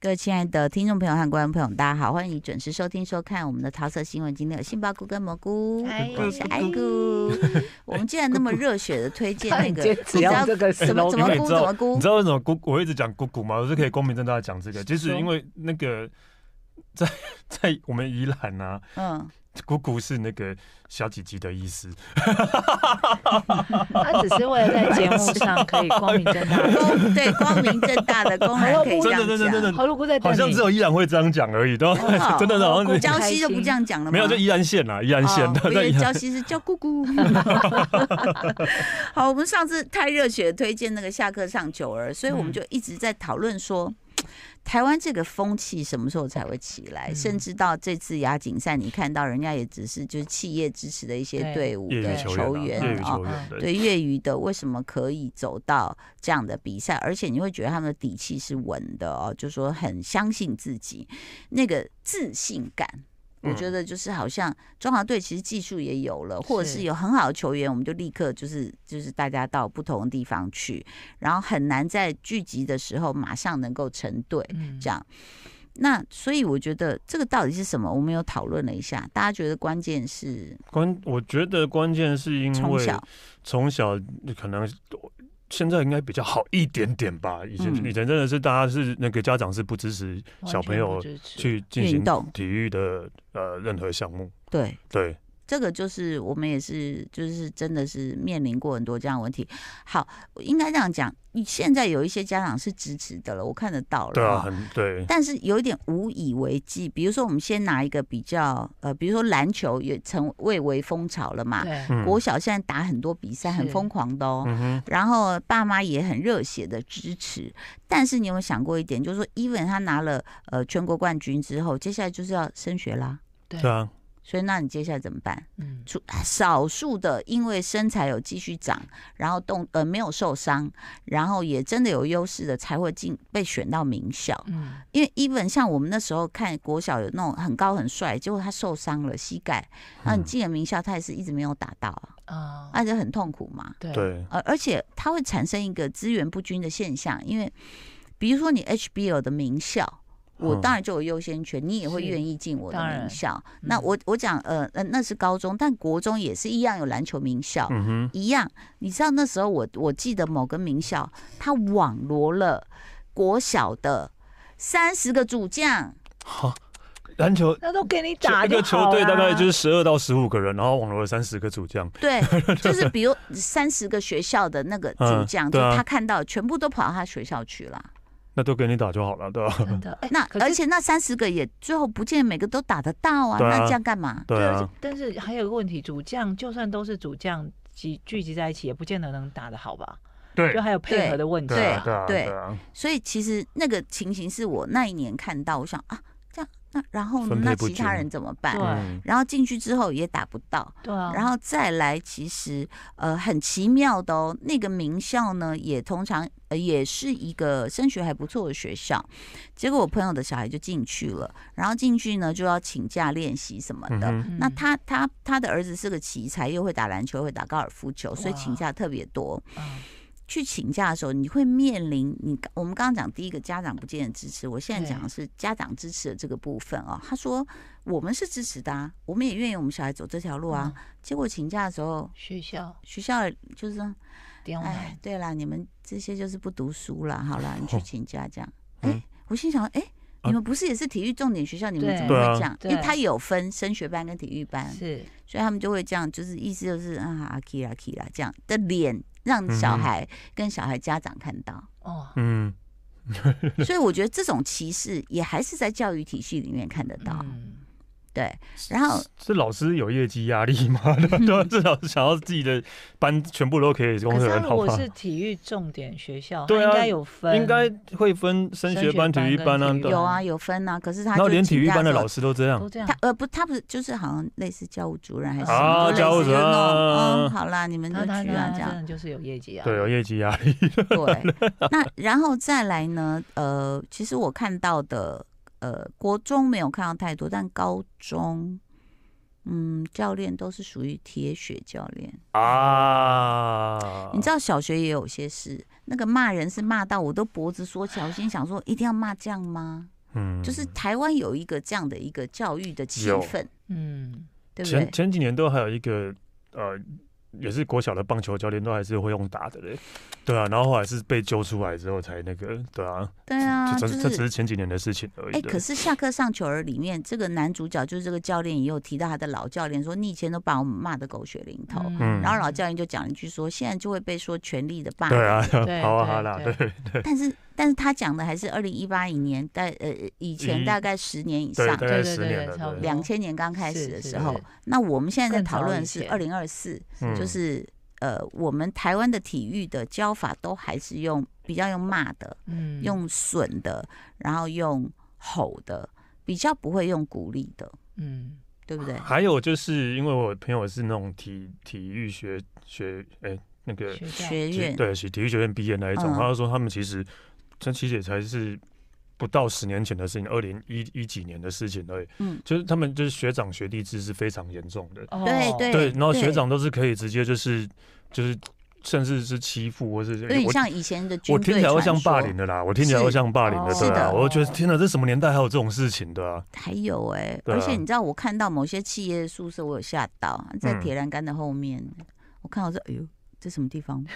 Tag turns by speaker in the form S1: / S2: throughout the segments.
S1: 各位亲爱的听众朋友和观众朋友，大家好，欢迎你准时收听收看我们的桃色新闻。今天有杏鲍菇跟蘑菇，
S2: 哎
S1: 我是爱 菇。我们竟然那么热血的推荐那个，
S3: 你只要
S1: 你知
S3: 这个
S1: 怎么
S3: slogan
S1: 怎
S2: 因
S1: 么
S2: 为
S1: 菇
S2: 你
S1: 怎么菇
S2: 知道你知，道为什么姑我一直讲姑姑吗？我是可以光明正大的讲这个，
S3: 说
S2: 就是因为那个在 在我们宜兰啊，
S1: 嗯，
S2: 姑姑是那个小姐姐的意思，
S3: 他只是为了在节目上可以光明正 大。
S1: 光对光明正大 的公然可以这
S2: 真
S1: 样
S2: 的真的真
S1: 讲，
S2: 的，
S3: 侯露菇在
S2: 好
S3: 等
S2: 像
S3: 你
S2: 只，有宜兰会这样讲而已，都
S1: 真的
S2: 真的好像
S1: 古
S2: 是
S1: 礁溪就不这样讲了吗？
S2: 没有，就宜兰县啦，宜兰 县
S1: 哦，我以
S2: 在
S1: 为
S2: 宜兰
S1: 娇西是叫姑 姑。好，我们上次太热血推荐那个下课上九儿，所以我们就一直在讨论说。台湾这个风气什么时候才会起来？
S3: 嗯
S1: 甚至到这次亚锦赛，你看到人家也只是就是企业支持的一些
S3: 对
S1: 队伍
S2: 业
S1: 的
S2: 余球员
S3: 员
S2: 啊，业余
S1: 哦，
S2: 球员对
S1: 对业余的为什么可以走到这样的比赛？而且你会觉得他们的底气是稳的哦，就说很相信自己，那个自信感。我
S2: 嗯
S1: 觉得就是好像中华队其实技术也有了，或者
S3: 是
S1: 是有很好的球员，我们就立刻就是就是大家到不同的地方去，然后很难在聚集的时候马上能够成队。
S3: 嗯
S1: 这样。那所以我觉得这个到底是什么？我们有讨论了一下，大家觉得关键是
S2: 关，我觉得关键是因
S1: 从
S2: 为
S1: 小，
S2: 从小可能现在应该比较好一点点吧。以前、
S1: 嗯
S2: 以前真的是大家是那个家长是不支持小朋友
S3: 完全不支持
S2: 去进行
S1: 运动
S2: 体育的呃任何项目。
S1: 对
S2: 对，
S1: 这个就是我们也是就是真的是面临过很多这样的问题。好，我应该这样讲，现在有一些家长是支持的了，我看得到了。
S2: 对啊，
S1: 哦
S2: 很对，
S1: 但是有一点无以为继。比如说，我们先拿一个比较，呃，比如说篮球也成蔚为风潮了嘛。
S3: 对，
S2: 嗯
S1: 国小现在打很多比赛，很
S3: 是
S1: 疯狂的哦。
S2: 嗯哼，
S1: 然后爸妈也很热血的支持，但是你有没有想过一点，就是说，even 他拿了呃全国冠军之后，接下来就是要升学啦，
S3: 对
S2: 对啊，
S1: 所以那你接下来怎么办？
S3: 嗯，
S1: 除啊少数的因为身材有继续长，然后动呃没有受伤，然后也真的有优势的才会进被选到名校。
S3: 嗯，
S1: 因为 even 像我们那时候看国小有那种很高很帅，结果他受伤了膝盖，那你进了名校他也是一直没有打到啊，
S3: 啊，
S1: 那就很痛苦嘛。
S3: 对，
S2: 对，
S1: 呃，而且它会产生一个资源不均的现象，因为比如说你 HBO 的名校。我
S2: 嗯
S1: 当然就有优先权，你也会
S3: 是
S1: 愿意进我的
S3: 当
S1: 名
S3: 然
S1: 校。那
S3: 嗯
S1: 我我讲呃呃，那是高中，但国中也是一样有篮球名校，
S2: 嗯哼，
S1: 一样。你知道那时候我我记得某个名校，他网罗了国小的三十个主将，
S2: 好，篮球。
S3: 那都给你 打
S2: 一个
S3: 就好
S2: 球队大概
S3: 啦
S2: 就是十二到十五个人，然后网罗了三十个主将，
S1: 对，就是比如三十个学校的那个主
S2: 嗯
S1: 将，就
S2: 对啊
S1: 他看到全部都跑到他学校去了。
S2: 那都给你打就好了，对吧、
S3: 真 的，哎
S1: 那
S3: 可是
S1: 而且那三十个也最后不见每个都打得到啊，
S2: 对啊
S1: 那这样干嘛？
S2: 对
S3: 但是
S2: 啊，
S3: 但是还有一个问题，主将就算都是主将集聚集在一起，也不见得能打得好吧？
S2: 对
S3: 就还有配合的问题
S2: 对啊，
S3: 啊。
S2: 对啊，
S1: 对
S2: 对啊，
S1: 所以其实那个情形是我那一年看到，我想啊，这样那然后呢
S2: 分
S1: 那
S2: 配不
S1: 其
S2: 均
S1: 他人怎么办
S3: 对？
S2: 嗯，
S1: 然后进去之后也打不到，
S3: 对啊，
S1: 然后再来，其实呃很奇妙的哦，那个名校呢也通常呃也是一个升学还不错的学校，结果我朋友的小孩就进去了，然后进去呢就要请假练习什么
S2: 嗯
S1: 的，
S2: 哼，
S3: 嗯
S1: 那他他他的儿子是个奇才，又会打篮球，又会打高尔夫球，所以
S3: 哇
S1: 请假特别多。
S3: 嗯
S1: 去请假的时候，你会面临你我们刚刚讲第一个家长不见得支持，我现在
S3: 对
S1: 讲的是家长支持的这个部分哦。他说我们是支持的、啊，我们也愿意我们小孩走这条路
S3: 嗯
S1: 啊。结果请假的时候，
S3: 学校
S1: 学校就是说
S3: 哦刁
S1: 哎
S3: 难，，
S1: 对啦，你们这些就是不读书啦，好啦，你
S3: 哦
S1: 去请假这样。哎、
S2: 嗯
S1: 我心想，哎、
S2: 啊
S1: 你们不是也是体育重点学校，你们
S3: 对
S1: 怎么会
S2: 对啊
S1: 这样？因
S3: 对
S1: 为他有分升学班跟体育班，
S3: 是
S1: 所以他们就会这样，就是意思就是啊，阿 k 啦 k 啦这样的脸，让小孩跟小孩家长看到。
S3: 哦，
S2: 嗯，
S1: 所以我觉得这种歧视也还是在教育体系里面看得到。
S3: 嗯，
S1: 对，然后
S2: 是老师有业绩压力吗？ 对，啊至少想要自己的班全部都可以
S3: 可
S2: 攻
S3: 是
S2: 克
S3: 他
S2: 很
S3: 如
S2: 好
S3: 果
S2: 吗？
S3: 是体育重点学校，他
S2: 对啊
S3: 应该有分，
S2: 应该会分升学班、体育班
S3: 升学
S2: 啊，
S3: 班跟体育
S2: 对
S1: 有啊，有分啊，可是他
S2: 然后连体育班的老
S1: 师，
S2: 师都这样
S3: 都，这样
S1: 他。呃不，他不是就是好像类似教务主任还是什
S3: 啊
S1: 么，就类似
S3: 教务
S2: 主任
S1: 就那种嗯，好啦，你们就
S3: 那他
S1: 去啊
S3: 他
S1: 这
S3: 真
S1: 样。
S3: 的就是有业绩啊，
S2: 对，有业绩压 力。
S1: 对，那然后再来呢？呃，其实我看到的，呃，国中没有看到太多，但高中，嗯，教练都是属于铁血教练。
S2: 啊，
S1: 你知道小学也有些事，那个骂人是骂到我都脖子缩起来，我心想说，一定要骂这样吗？
S2: 嗯，
S1: 就是台湾有一个这样的一个教育的气
S2: 有
S1: 氛，
S3: 嗯，
S1: 对不
S2: 前
S1: 对？
S2: 前几年都还有一个呃，也是国小的棒球教练，都还是会用打的嘞。对啊，然后后来是被揪出来之后才那个，对啊，
S1: 对啊，
S2: 这
S1: 就
S2: 这这只
S1: 是
S2: 是前几年的事情而已。
S1: 哎，
S2: 对
S1: 可是下课上球儿里面，这个男主角就是这个教练，也有提到他的老教练说，你以前都把我们骂的狗血淋头。
S2: 嗯
S1: 然后老教练就讲一句说，现在就会被说权力的霸凌。
S2: 对啊，
S3: 对
S2: 好啊
S3: 对
S2: 好啦，
S3: 对
S2: 对
S1: 但是，但是他讲的还是二零一八一年代，呃，以前
S2: 一
S1: 大概十年以
S2: 嗯对，
S1: 上
S2: 大，
S3: 对
S2: 概
S3: 对
S2: 十
S3: 对
S2: 年
S3: 对差
S2: 了
S3: 不，
S2: 对
S1: 两千年刚开始
S3: 是
S1: 的
S3: 是
S1: 时候
S3: 是。
S1: 那我们现在在
S3: 更
S1: 讨
S3: 早
S1: 论
S3: 以
S1: 是二
S3: 前
S1: 零二四，
S2: 嗯
S1: 就是呃，我们台湾的体育的教法都还是用比较用骂的，
S3: 嗯，
S1: 用损的，然后用吼的，比较不会用鼓励的，
S3: 嗯
S1: 对不对？
S2: 还有就是因为我朋友是那种体体育学学，哎、那个
S3: 学校
S1: 学
S2: 体
S1: 院
S2: 对，是体育学院毕业那一种，
S1: 嗯
S2: 他就说他们其实这其实也才是不到十年前的事情，二零一一几年的事情而已。
S1: 嗯，
S2: 就是他们就是学长学弟制是非常严重的，
S3: 哦
S1: 对对
S2: 对，然后学长都是可以直接就是就是甚至是欺负或是
S1: 有点
S2: 我
S1: 像以前的军
S2: 我听起来会
S1: 传
S2: 像霸
S1: 说
S2: 凌的啦，我听起来会
S1: 是
S2: 像霸凌的，
S1: 哦
S2: 对
S1: 是
S2: 啊，
S1: 的
S2: 我就觉得天哪，这什么年代还有这种事情的啊？
S1: 还有哎、
S2: 对啊
S1: 而且你知道，我看到某些企业的宿舍，我有吓到，在
S2: 嗯
S1: 铁栏杆的后面，我看到说，哎呦，这什么地方？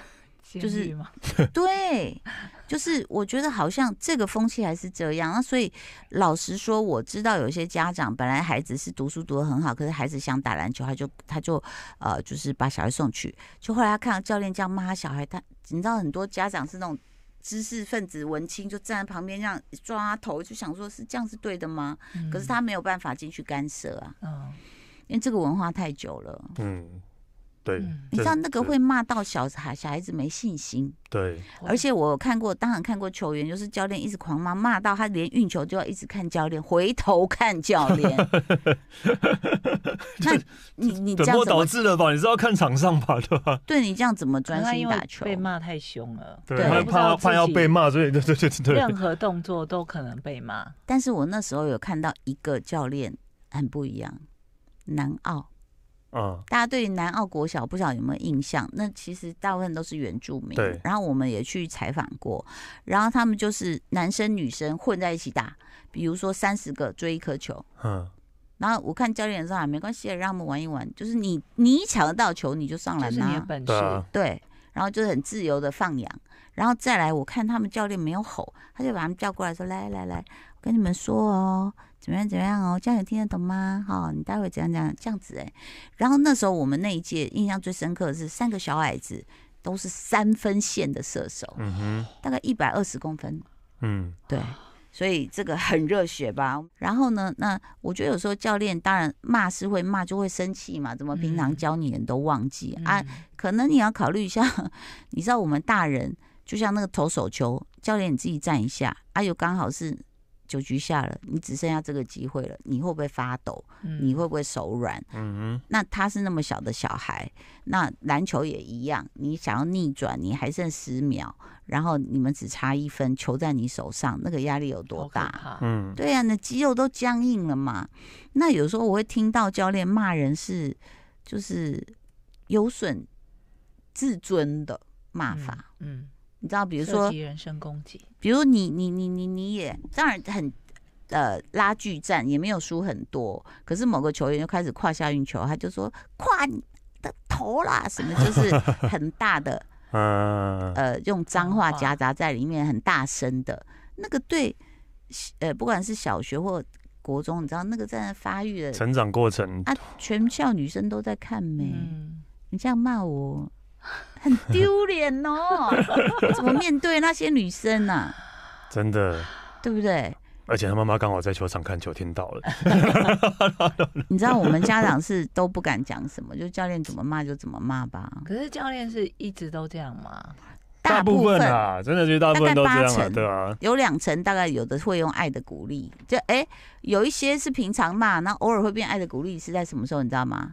S3: 就
S1: 就是
S3: 是嘛，
S1: 对，就是我觉得好像这个风气还是这样。那啊所以老实说，我知道有些家长本来孩子是读书读得很好，可是孩子想打篮球，他就他就呃就是把小孩送去，就后来他看到教练这样骂他小孩，他你知道很多家长是那种。知识分子文青就站在旁边，这样抓他头，就想说是这样是对的吗？可是他没有办法进去干涉啊，
S3: 嗯，
S1: 因为这个文化太久了。
S2: 嗯，对，
S3: 嗯
S1: 你知
S2: 这
S1: 道那个
S2: 这
S1: 会骂到小孩小孩子没信心，
S2: 对，
S3: 嗯
S1: 而且我有看过，当然看过球员，就是教练一直狂骂，骂到他连运球就要一直看教练，回头看教 练。那你你这
S2: 本
S1: 样
S2: 末
S1: 怎
S2: 倒
S1: 么
S2: 置了吧？你是要看场上吧，对吧？
S1: 对你这样怎么专
S3: 他
S1: 心
S3: 因
S1: 打
S3: 为
S1: 球？
S3: 被骂太凶了，
S2: 对，
S1: 对
S2: 他
S3: 不知道
S2: 怕怕要
S3: 自己
S2: 被骂，所以对对对对对
S3: 任，何动作都可能被骂。
S1: 但是我那时候有看到一个教练很不一样，南澳。
S2: 嗯，
S1: 大家对于南澳国小不知道有没有印象？那其实大部分都是原住民
S2: 对，
S1: 然后我们也去采访过，然后他们就是男生女生混在一起打，比如说三十个追一颗球，
S2: 嗯，
S1: 然后我看教练说啊，没关系，让他们玩一玩，就是你你抢得到球你就上来
S3: 就是你的
S1: 拿，
S3: 本事
S2: 对。啊，
S1: 对，然后就是很自由的放养，然后再来我看他们教练没有吼，他就把他们叫过来说，来来来，我跟你们说哦，怎么样怎么样哦，这样有听得懂吗？哈、你待会怎样怎样这样子哎，然后那时候我们那一届印象最深刻的是三个小矮子都是三分线的射手，
S2: 嗯哼，
S1: 大概一百二十公分，
S2: 嗯，
S1: 对，
S3: 啊
S1: 所以这个很热血吧。然后呢，那我觉得有时候教练当然骂是会骂，就会生气嘛。怎么平常
S3: 嗯
S1: 教你人都忘记、
S3: 嗯
S1: 啊？可能你要考虑一下，你知道我们大人就像那个投手球，教练你自己站一下，啊，有刚好是。九局下了，你只剩下这个机会了，你会不会发抖？
S3: 嗯
S1: 你会不会手软？
S2: 嗯
S1: 那他是那么小的小孩，那篮球也一样，你想要逆转，你还剩十秒，然后你们只差一分，球在你手上，那个压力有多
S3: 好可
S1: 大？
S3: 怕
S2: 哼，嗯，
S1: 对呀、啊，那肌肉都僵硬了嘛。那有时候我会听到教练骂人是，就是有损自尊的骂法。，
S3: 嗯，
S1: 你知道，比
S3: 比
S1: 如说，
S3: 人身攻击，
S1: 比如你你你你你也当然很呃拉锯战也没有输很多，可是某个球员就开始胯下运球，他就说胯你的头啦什么，就是很大的
S2: 嗯，
S1: 呃用脏话
S3: 脏话
S1: 夹杂在里面，很大声的那个对呃不管是小学或国中，你知道那个在发育的
S2: 成长过程，
S1: 啊，全校女生都在看没、
S3: 嗯，
S1: 你这样骂我。很丢脸 哦！我怎么面对那些女生呢、啊？
S2: 真的，
S1: 对不对？
S2: 而且他妈妈刚好在球场看球，听到了，
S1: 你知道我们家长是都不敢讲什么，就教练怎么骂就怎么骂吧。
S3: 可是教练是一直都这样吗？
S2: 大部分
S1: 大
S2: 啊，真的就是大部分都这样啊，对啊，
S1: 有两层，大概有的会用爱的鼓励，就哎、有一些是平常骂，那偶尔会变爱的鼓励是在什么时候？你知道吗？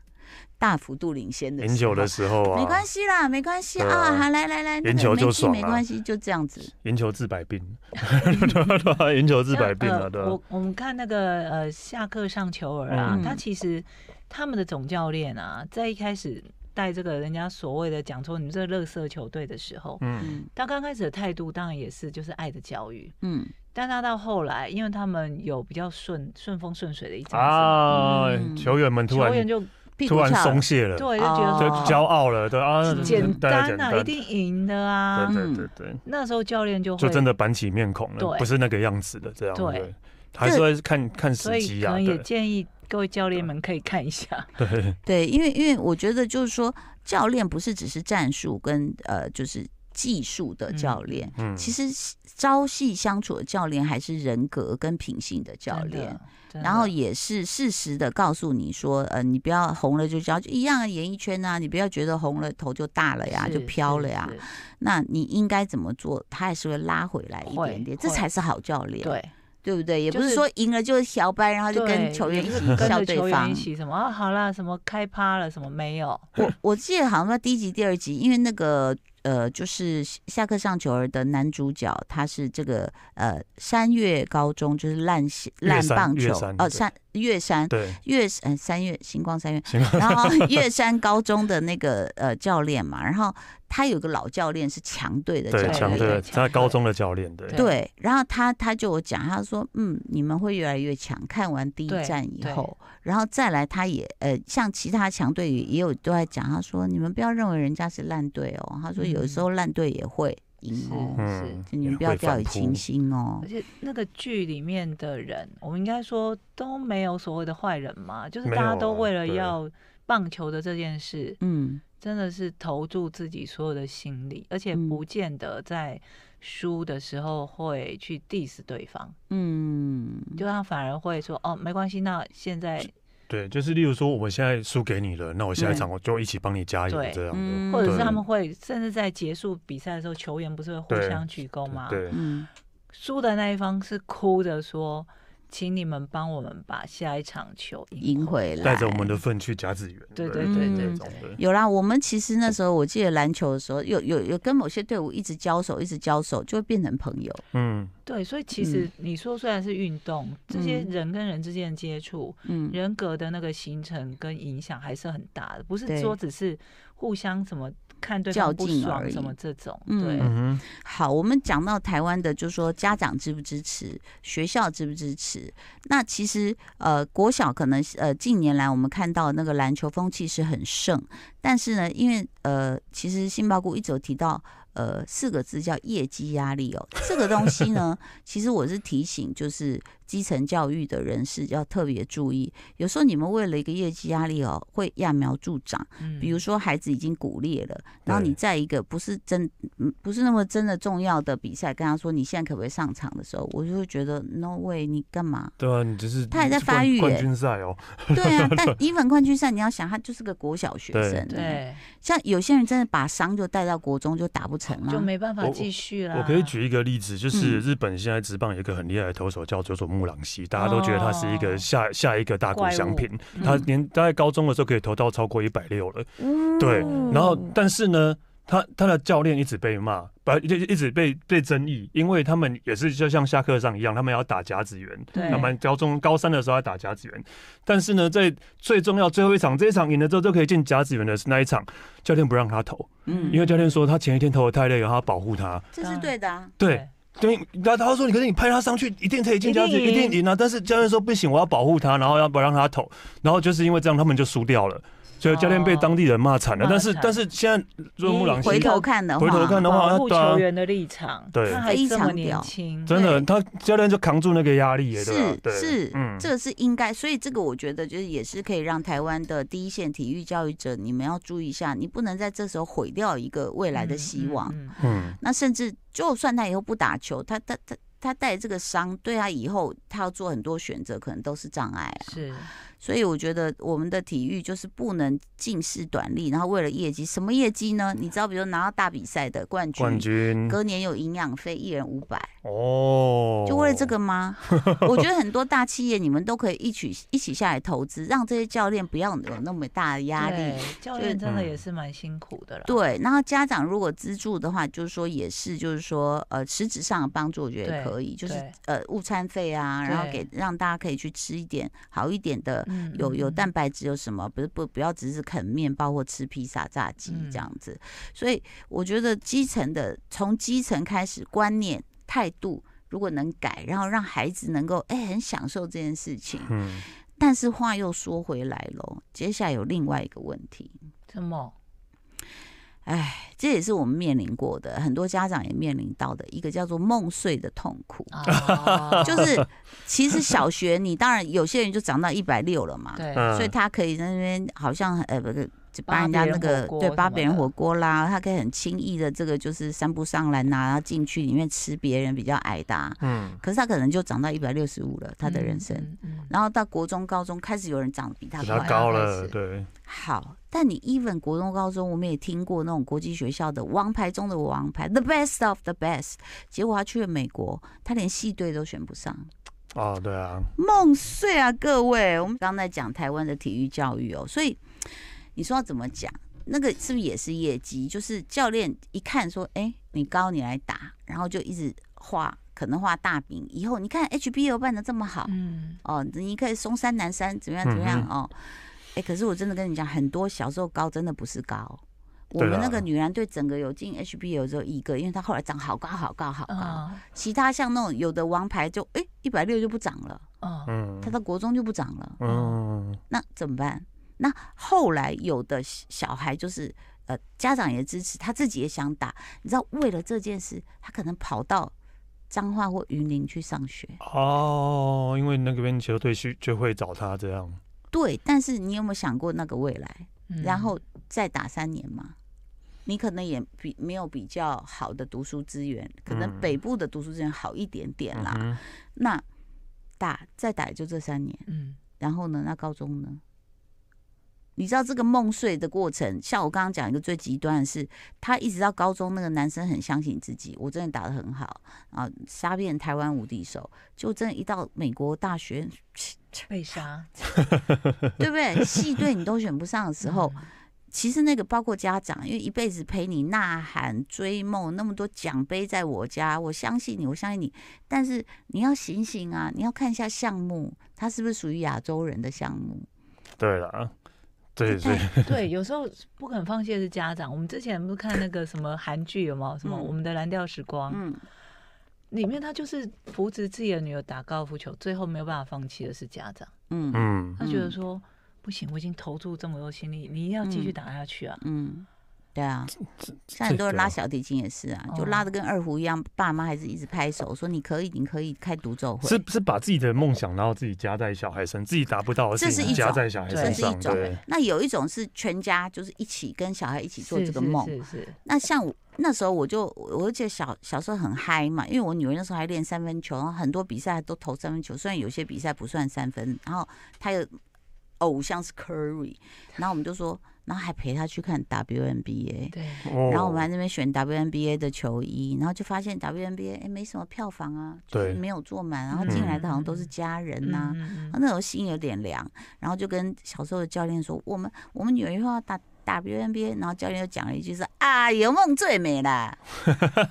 S1: 大幅度领先的时
S2: 赢
S1: 候
S2: 球的时候
S1: 没
S2: 啊
S1: 关，系啦，没关系
S2: 对
S1: 啊
S2: 啊
S1: 好来来来，那
S2: 赢
S1: 个
S2: 球就
S1: 没进
S2: 爽啊
S1: 没关系，就这样子。
S2: 赢球治百病， 对啊对啊，赢球治百病
S3: 因为
S2: 啊，对
S3: 呃
S2: 啊
S3: 我，我们看那个呃下课上球儿啊，
S1: 嗯
S3: 他其实他们的总教练啊，在一开始带这个人家所谓的讲说你们这个垃圾球队的时候，
S2: 嗯
S1: 嗯
S3: 他刚开始的态度当然也是就是爱的教育，
S1: 嗯，
S3: 但他到后来，因为他们有比较顺顺风顺水的一阵子嘛，
S2: 啊
S1: 嗯，
S2: 球员们突
S3: 球员
S2: 然呃
S3: 就
S1: 屁
S2: 突
S1: 股
S2: 然
S1: 翘
S2: 松
S1: 了，
S2: 懈了，
S3: 对就觉得
S2: 对
S1: 哦
S3: 说，
S2: 骄傲了，对啊，
S1: 嗯
S3: 简
S2: 对
S3: 单
S2: 简
S3: 啊，一定赢的啊。
S2: 对
S1: 嗯
S2: 对对对，
S3: 那时候教练就会
S2: 就真的板起面孔了
S3: 对，
S2: 不是那个样子的这样，
S3: 对
S2: 对，还是会看看
S3: 所
S2: 时
S3: 以
S2: 机
S3: 可
S2: 啊，
S3: 能也
S2: 对
S3: 建议各位教练们可以看一下，
S2: 对，
S1: 对，因为因为我觉得就是说，教练不是只是战术跟呃就是技术的教练，
S2: 嗯，
S1: 其实朝夕相处的教练还是人格跟品性的教练，
S3: 真的，
S1: 然后也是适时的告诉你说，呃，你不要红了就交，就一样啊，演艺圈啊，你不要觉得红了头就大了呀，
S3: 是
S1: 啊就飘了呀。，
S3: 是
S1: 那你应该怎么做，他还是会拉回来一
S3: 会
S1: 点点，
S3: 会
S1: 这才是好教练，
S3: 是对，
S1: 对不对？也不
S3: 就是是
S1: 说赢了就摇摆，然后就跟
S3: 对
S1: 球员一
S3: 也
S1: 起
S3: 不是跟
S1: 笑
S3: 着球
S1: 对
S3: 员
S1: 方
S3: 一。起什么啊，好啦，什么开趴了，什么没有，
S1: 我我记得好像在第一集、第二集，因为那个呃，就是下课上球儿的男主角，他是这个呃山岳高中，就是烂西
S2: 岳
S1: 烂
S2: 山
S1: 棒
S2: 岳
S1: 球
S2: 山，
S1: 哦
S2: 对
S1: 山岳山
S2: 对，
S1: 岳嗯、三月星光三月，然后岳山高中的那个呃教练嘛，然后他有个老教练是强队的
S2: 对，
S1: 教
S2: 强
S1: 练，
S2: 队的，
S3: 强
S2: 他
S3: 队
S2: 高中的教练，对，
S3: 对
S1: 对，然后他他就有讲，他说，嗯，你们会越来越强。看完第一
S3: 对
S1: 站以
S3: 对
S1: 后，然后再来，他也呃，像其他强队也有都在讲，他说，你们不要认为人家是烂队哦，他说有时候烂队也会赢哦，
S2: 嗯，
S1: 就你
S2: 也
S1: 们不要
S2: 会
S1: 掉
S2: 反
S1: 以轻
S2: 扑，
S1: 心哦
S3: 而。且那个剧里面的人，我们应该说都没有所谓的坏人嘛，就是
S2: 没
S3: 大家
S2: 有
S3: 都
S2: 啊
S3: 为了
S2: 对
S3: 要棒球的这件事，
S1: 嗯，
S3: 真的是投注自己所有的心力，而且
S1: 嗯
S3: 不见得在输的时候会去 diss 对方，
S1: 嗯，
S3: 就他反而会说哦，没关系，那现在
S2: 对，就是例如说我们现在输给你了，那我下一场我就一起帮你加油
S3: 嗯对
S2: 这样的，
S1: 嗯
S3: 或者是
S2: 对
S3: 他们会甚至在结束比赛的时候，球员不是会互
S2: 对
S3: 相鞠躬吗？
S2: 对，
S1: 嗯，
S3: 输的那一方是哭着说，请你们帮我们把下一场球
S1: 赢
S3: 赢回。
S1: 回来，
S2: 带着我们的粪去甲子园，
S3: 对
S2: 对
S3: 对对
S1: 嗯
S3: 对
S2: 这
S3: 对
S2: 种的，
S1: 有啦，我们其实那时候我记得篮球的时候，有有有跟某些队伍一直交手，一直交手，就会变成朋友。
S2: 嗯，
S3: 对，所以其实你说虽然是运动，这些
S1: 嗯
S3: 人跟人之间的接触，
S1: 嗯，
S3: 人格的那个形成跟影响还是很大的，不是
S1: 对
S3: 说只是互相什么看对方
S1: 较
S3: 不
S1: 劲
S3: 爽
S1: 而已
S3: 什么这种，
S1: 嗯
S3: 对，
S2: 嗯哼，
S1: 好，我们讲到台湾的，就是说家长支不支持，学校支不支持？那其实呃，国小可能呃近年来我们看到那个篮球风气是很盛，但是呢，因为呃，其实杏鲍菇一直有提到。呃，四个字叫业绩压力哦，这个东西呢，其实我是提醒，就是基层教育的人士要特别注意。有时候你们为了一个业绩压力哦，会揠苗助长。
S3: 嗯
S1: 比如说孩子已经骨裂了，然后你
S2: 对？
S1: 在一个不是真嗯不是那么真的重要的比赛，跟他说你现在可不可以上场的时候，我就会觉得 no way，你干嘛
S2: 对啊，你只是
S1: 他也在
S2: 冠
S1: 发育耶
S2: 冠军赛哦，
S1: 对啊，但英粉冠军赛你要想，他就是个国小学
S2: 对
S1: 生，，啊
S3: 对，
S1: 像有些人真的把伤就带到国中就打不成了，
S3: 就没办法
S2: 我
S3: 继续啦。
S2: 我可以举一个例子，就是
S1: 嗯
S2: 日本现在职棒有一个很厉害的投手叫佐佐木朗希，大家都觉得他是一
S3: 哦
S2: 个下、下一个大谷
S3: 怪物
S2: 翔平，
S3: 嗯
S2: 他连大概高中的时候可以投到超过一百六了，
S3: 嗯
S2: 对，然后但是呢。他他的教练一直被骂，不就一直被被争议，因为他们也是就像下课上一样，他们要打甲子园，
S3: 对
S2: 他们高中高三的时候要打甲子园，但是呢，在最重要最后一场这一场赢了之后就可以进甲子园的那一场，教练不让他投，
S1: 嗯
S2: 因为教练说他前一天投的太累了，他要保护他，
S1: 这是对的啊，
S2: 对，对，然后他说：“你可是你派他上去，一定可以进加
S3: 一
S2: 一
S3: 定赢
S2: 定赢啊！”但是教练说：“不行，我要保护他，然后要不让他投。”然后就是因为这样，他们就输掉了，所以教练被当地人骂惨
S1: 嗯
S2: 了。
S3: 哦
S2: 但是
S3: 骂惨
S2: 但是现在若木朗
S3: 嗯
S2: 希
S1: 回头看的话，
S2: 回头看的话
S3: 保，护
S2: 对啊
S3: 球，员的立场，
S2: 对
S3: 他还
S1: 非
S3: 这
S1: 常
S3: 么年
S1: 屌
S3: 轻，
S2: 真的，
S1: 对
S2: 他教练就扛住那个压力耶，对吧
S1: 是？
S2: 对，
S1: 是，
S2: 嗯，
S1: 这是应该，所以这个我觉得就是也是可以让台湾的第一线体育教育者，你们要注意一下，你不能在这时候毁掉一个未来的希望。
S3: 嗯，嗯
S2: 嗯，
S1: 那甚至就算他以后不打球，他他他他带这个伤，对他以后他要做很多选择，可能都是障碍啊。
S3: 是
S1: 所以我觉得我们的体育就是不能近视短利，然后为了业绩，什么业绩呢？你知道，比如拿到大比赛的冠军。
S2: 冠军
S1: 隔年有营养费，一人五百，
S2: 哦，
S1: 就为了这个吗？ 我觉得很多大企业你们都可以一起一起下来投资，让这些教练不要有那么大的压力。
S3: 对，教练真的
S2: 嗯
S3: 也是蛮辛苦的啦。
S1: 对，然后家长如果资助的话，就是说也是，就是说呃，实质上的帮助我觉得也
S3: 对
S1: 可以，就是
S3: 对
S1: 呃午餐费啊，然后
S3: 对
S1: 给让大家可以去吃一点好一点的，
S3: 嗯，
S1: 有有
S3: 嗯
S1: 蛋白质有什么，不是不不要只是啃面包或吃披萨炸鸡
S3: 嗯
S1: 这样子。所以我觉得基层的从基层开始观念态度。如果能改，然后让孩子能够哎、很享受这件事情。
S2: 嗯，
S1: 但是话又说回来喽，接下来有另外一个问题，
S3: 什么？
S1: 哎，这也是我们面临过的，很多家长也面临到的一个叫做梦碎的痛苦。
S3: 啊
S1: 就是，其实小学你当然有些人就长到一百六了嘛，
S3: 对，
S2: 嗯
S1: 所以他可以在那边好像呃不是。就
S3: 扒
S1: 扒人家
S3: 别
S1: 那
S3: 人火
S1: 个
S3: 锅
S1: 对
S3: 什
S1: 扒
S3: 么
S1: 别人
S3: 的
S1: 火锅啦，他可以很轻易的这个就是三步上篮呐、然后进去里面吃别人比较矮的、啊，
S2: 嗯，
S1: 可是他可能就长到一百六十五了，他的人生。
S3: 嗯，嗯
S1: 然后到国中、高中开始有人长得比他
S2: 比
S1: 快
S2: 他
S1: 啊，
S2: 高
S1: 开
S2: 了，
S1: 始
S2: 对，
S1: 好，但你 even 国中、高中，我们也听过那种国际学校的王牌中的王牌，the best of the best，结果他去了美国，他连系队都选不上。
S2: 啊，对啊，
S1: 梦碎啊，各位，我们刚才讲台湾的体育教育哦，所以你说要怎么讲？那个是不是也是业绩？就是教练一看说，哎、你高你来打，然后就一直画，可能画大饼。以后你看 HBO 办的这么好，
S3: 嗯，
S1: 哦，你可以松山南山怎么样怎么样
S2: 嗯
S1: 哦。哎、可是我真的跟你讲，很多小时候高真的不是高。我
S2: 对
S1: 们那
S2: 啦
S1: 个女篮队整个有进 HBO 只有一个，因为她后来长好高好高好高，
S3: 啊，
S1: 其他像那种有的王牌就哎一百六就不长了，
S3: 啊，
S2: 嗯
S1: 她到国中就不长了，
S2: 嗯，
S1: 那怎么办？那后来有的小孩就是呃家长也支持，他自己也想打，你知道为了这件事，他可能跑到彰化或云林去上学，
S2: 哦，因为那个边球队去就会找他这样，
S1: 对，但是你有没有想过那个未来？
S3: 嗯
S1: 然后再打三年嘛，你可能也比没有比较好的读书资源，可能
S2: 嗯
S1: 北部的读书资源好一点点
S2: 嗯
S1: 啦。
S2: 哼，
S1: 那打再打也就这三年，
S3: 嗯，
S1: 然后呢，那高中呢？你知道这个梦碎的过程，像我刚刚讲一个最极端的是，他一直到高中那个男生很相信自己，我真的打得很好啊，杀遍台湾无敌手，就真的一到美国大学，
S3: 被杀
S1: 对不对？系队你都选不上的时候，，
S3: 嗯
S1: 其实那个包括家长，因为一辈子陪你呐喊、追梦，那么多奖杯在我家，我相信你，我相信你。但是你要醒醒啊，你要看一下项目，它是不是属于亚洲人的项目？
S2: 对了，对
S1: 这
S2: 对，
S3: 嗯对，有时候不肯放弃的是家长。我们之前不是看那个什么韩剧有没有？什么
S1: 嗯
S3: 《我们的蓝调时光》
S1: 嗯，
S3: 里面，他就是扶持自己的女儿打高尔夫球，最后没有办法放弃的是家长。
S1: 嗯
S2: 嗯，
S3: 他觉得说、不行，我已经投注这么多心力，你一定要继续
S1: 嗯
S3: 打下去啊！
S1: 嗯，对啊，像
S2: 这
S1: 很多人拉
S2: 个
S1: 小提琴也是啊，
S3: 哦
S1: 就拉的跟二胡一样，爸妈还是一直拍手说你可以，你可以开独奏会。
S2: 是是把自己的梦想，然后自己加在小孩身，自己达不到的
S1: 这
S2: 事
S1: 是
S2: 情
S1: 一
S2: 加
S1: 种
S2: 在小孩
S3: 对
S1: 这
S2: 身
S1: 是一
S2: 上，
S1: 种
S2: 对，
S1: 那有一种是全家就是一起跟小孩一起做
S3: 是
S1: 这个
S3: 是
S1: 梦，
S3: 是是，
S1: 那像我那时候我就我我就记得小小时候很嗨嘛，因为我女儿那时候还练三分球，然后很多比赛都投三分球，虽然有些比赛不算三分，然后她有偶像是 Curry，然后我们就说，然后还陪她去看 WNBA。
S3: 对，
S2: 然
S1: 然后我们还在那边选 WNBA 的球衣，然后就发现 WNBA 哎、没什么票房啊，就是
S2: 对
S1: 没有坐满，然后进来的好像都是家人呐、
S3: 嗯
S1: 啊，那时候心有点凉，然后就跟小时候的教练说，我们我们女儿以后要打 WNBA，然后教练又讲了一句是啊，有梦最美啦。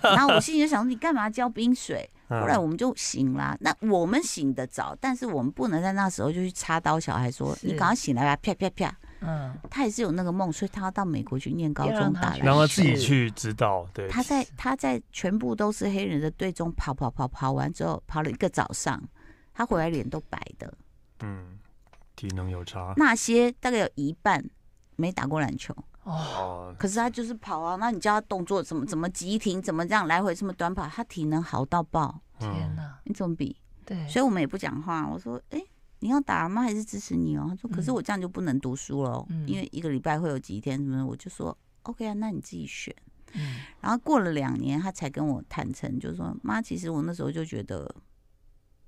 S1: 然后我心里就想说，你干嘛浇冰水？
S2: 嗯
S1: 后来我们就醒啦。那我们醒得早，但是我们不能在那时候就去插刀小孩说，
S3: 是
S1: 你赶快醒来吧，啪啪啪。
S3: 嗯，
S1: 他也是有那个梦，所以他要到美国去念高
S3: 要
S1: 中
S3: 让他
S1: 打
S3: 去
S2: 让
S1: 篮
S2: 他
S1: 球。
S2: 自己去知道，对，
S1: 他在他在全部都是黑人的队中跑跑跑跑完之后，跑了一个早上，他回来脸都白的。
S2: 嗯，体能有
S3: 啊
S2: 差
S1: 那些大概有一半没打过篮球，
S3: 哦，
S2: 哦，
S1: 可是他就是跑啊，那你教他动作怎么怎么急停，怎么这样来回，什么短跑，他体能好到爆，
S3: 天
S2: 嗯，
S3: 哪，
S1: 你怎么比？
S3: 对，
S1: 所以我们也不讲话。我说，哎、你要打吗？还是支持你哦？他说，可是
S3: 嗯
S1: 我这样就不能读书了哦，
S3: 嗯
S1: 因为一个礼拜会有几天什么的，我就说，OK 啊，那你自己选。
S3: 嗯
S1: 然后过了两年，他才跟我坦诚，就说，妈，其实我那时候就觉得。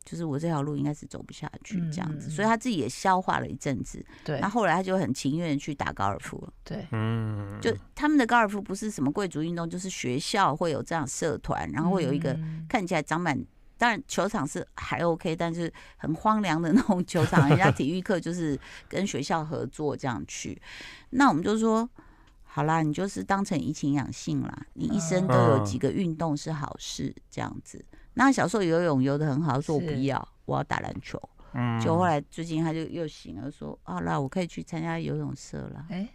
S1: 就是我这条路应该是走不下去
S3: 嗯
S1: 这样子，
S3: 嗯嗯
S1: 所以他自己也消化了一阵子。
S3: 对
S1: 那后来他就很情愿地去打高尔夫了。
S3: 对，
S2: 嗯，
S1: 就他们的高尔夫不是什么贵族运动，就是学校会有这样社团，然后会有一个
S3: 嗯
S1: 看起来长满，当然球场是还 OK，但是很荒凉的那种球场，人家体育课就是跟学校合作这样去。那我们就说，好啦，你就是当成怡情养性啦，你一生都有几个运动是好事这样子。那小时候游泳游得很好，说我不
S3: 是
S1: 要，我要打篮球。
S2: 嗯
S1: 就后来最近他就又醒了，说啊，那我可以去参加游泳社了。
S3: 哎，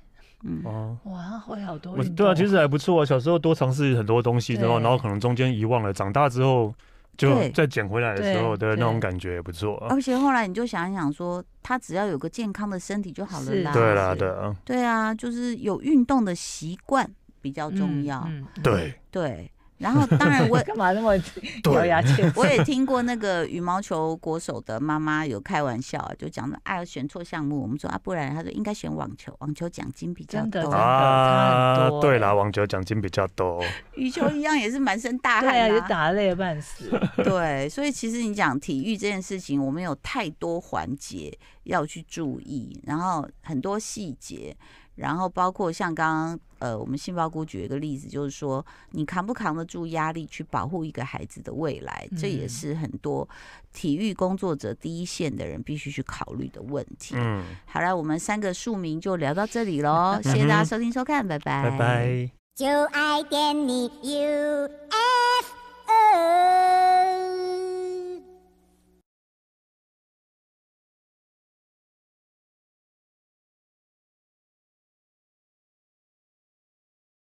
S1: 嗯，
S2: 哦。
S3: 哇，会好多
S2: 我
S3: 运动，
S2: 对啊，其实还不错啊。小时候多尝试很多东西之后，
S3: 对
S2: 然后可能中间遗忘了，长大之后就
S1: 对哦
S2: 再捡回来的时候
S3: 对
S2: 的那种
S3: 对
S2: 感觉也不错啊。
S1: 而且后来你就想一想说，他只要有个健康的身体就好了
S3: 是
S1: 啦。
S2: 对啦，
S3: 是
S2: 对啊，
S1: 对啊，就是有运动的习惯比较重要。
S3: 嗯嗯
S2: 对
S1: 对，然后当然我
S3: 干嘛那么咬
S2: 对
S3: 牙切齿？
S1: 我也听过那个羽毛球国手的妈妈有开玩笑啊，就讲的哎选错项目，我们说啊不然，她说应该选网球，网球奖金比较
S3: 真的
S1: 多
S3: 真，的差很多
S2: 啊对
S3: 欸
S2: 啦，网球奖金比较多，
S1: 羽球一样也是满身大
S3: 对啊，
S1: 汗
S3: 也
S1: 啊。
S3: 打得累得半死。
S1: 对，所以其实你讲体育这件事情，我们有太多环节要去注意，然后很多细节，然后包括像刚刚呃，我们杏鲍菇举一个例子，就是说你扛不扛得住压力，去保护一个孩子的未来，这也
S3: 嗯
S1: 是很多体育工作者第一线的人必须去考虑的问题。
S2: 嗯，
S1: 好了，我们三个庶民就聊到这里喽，谢谢大家收听收看，拜拜，
S2: 拜拜。
S4: 就爱点你 UFO。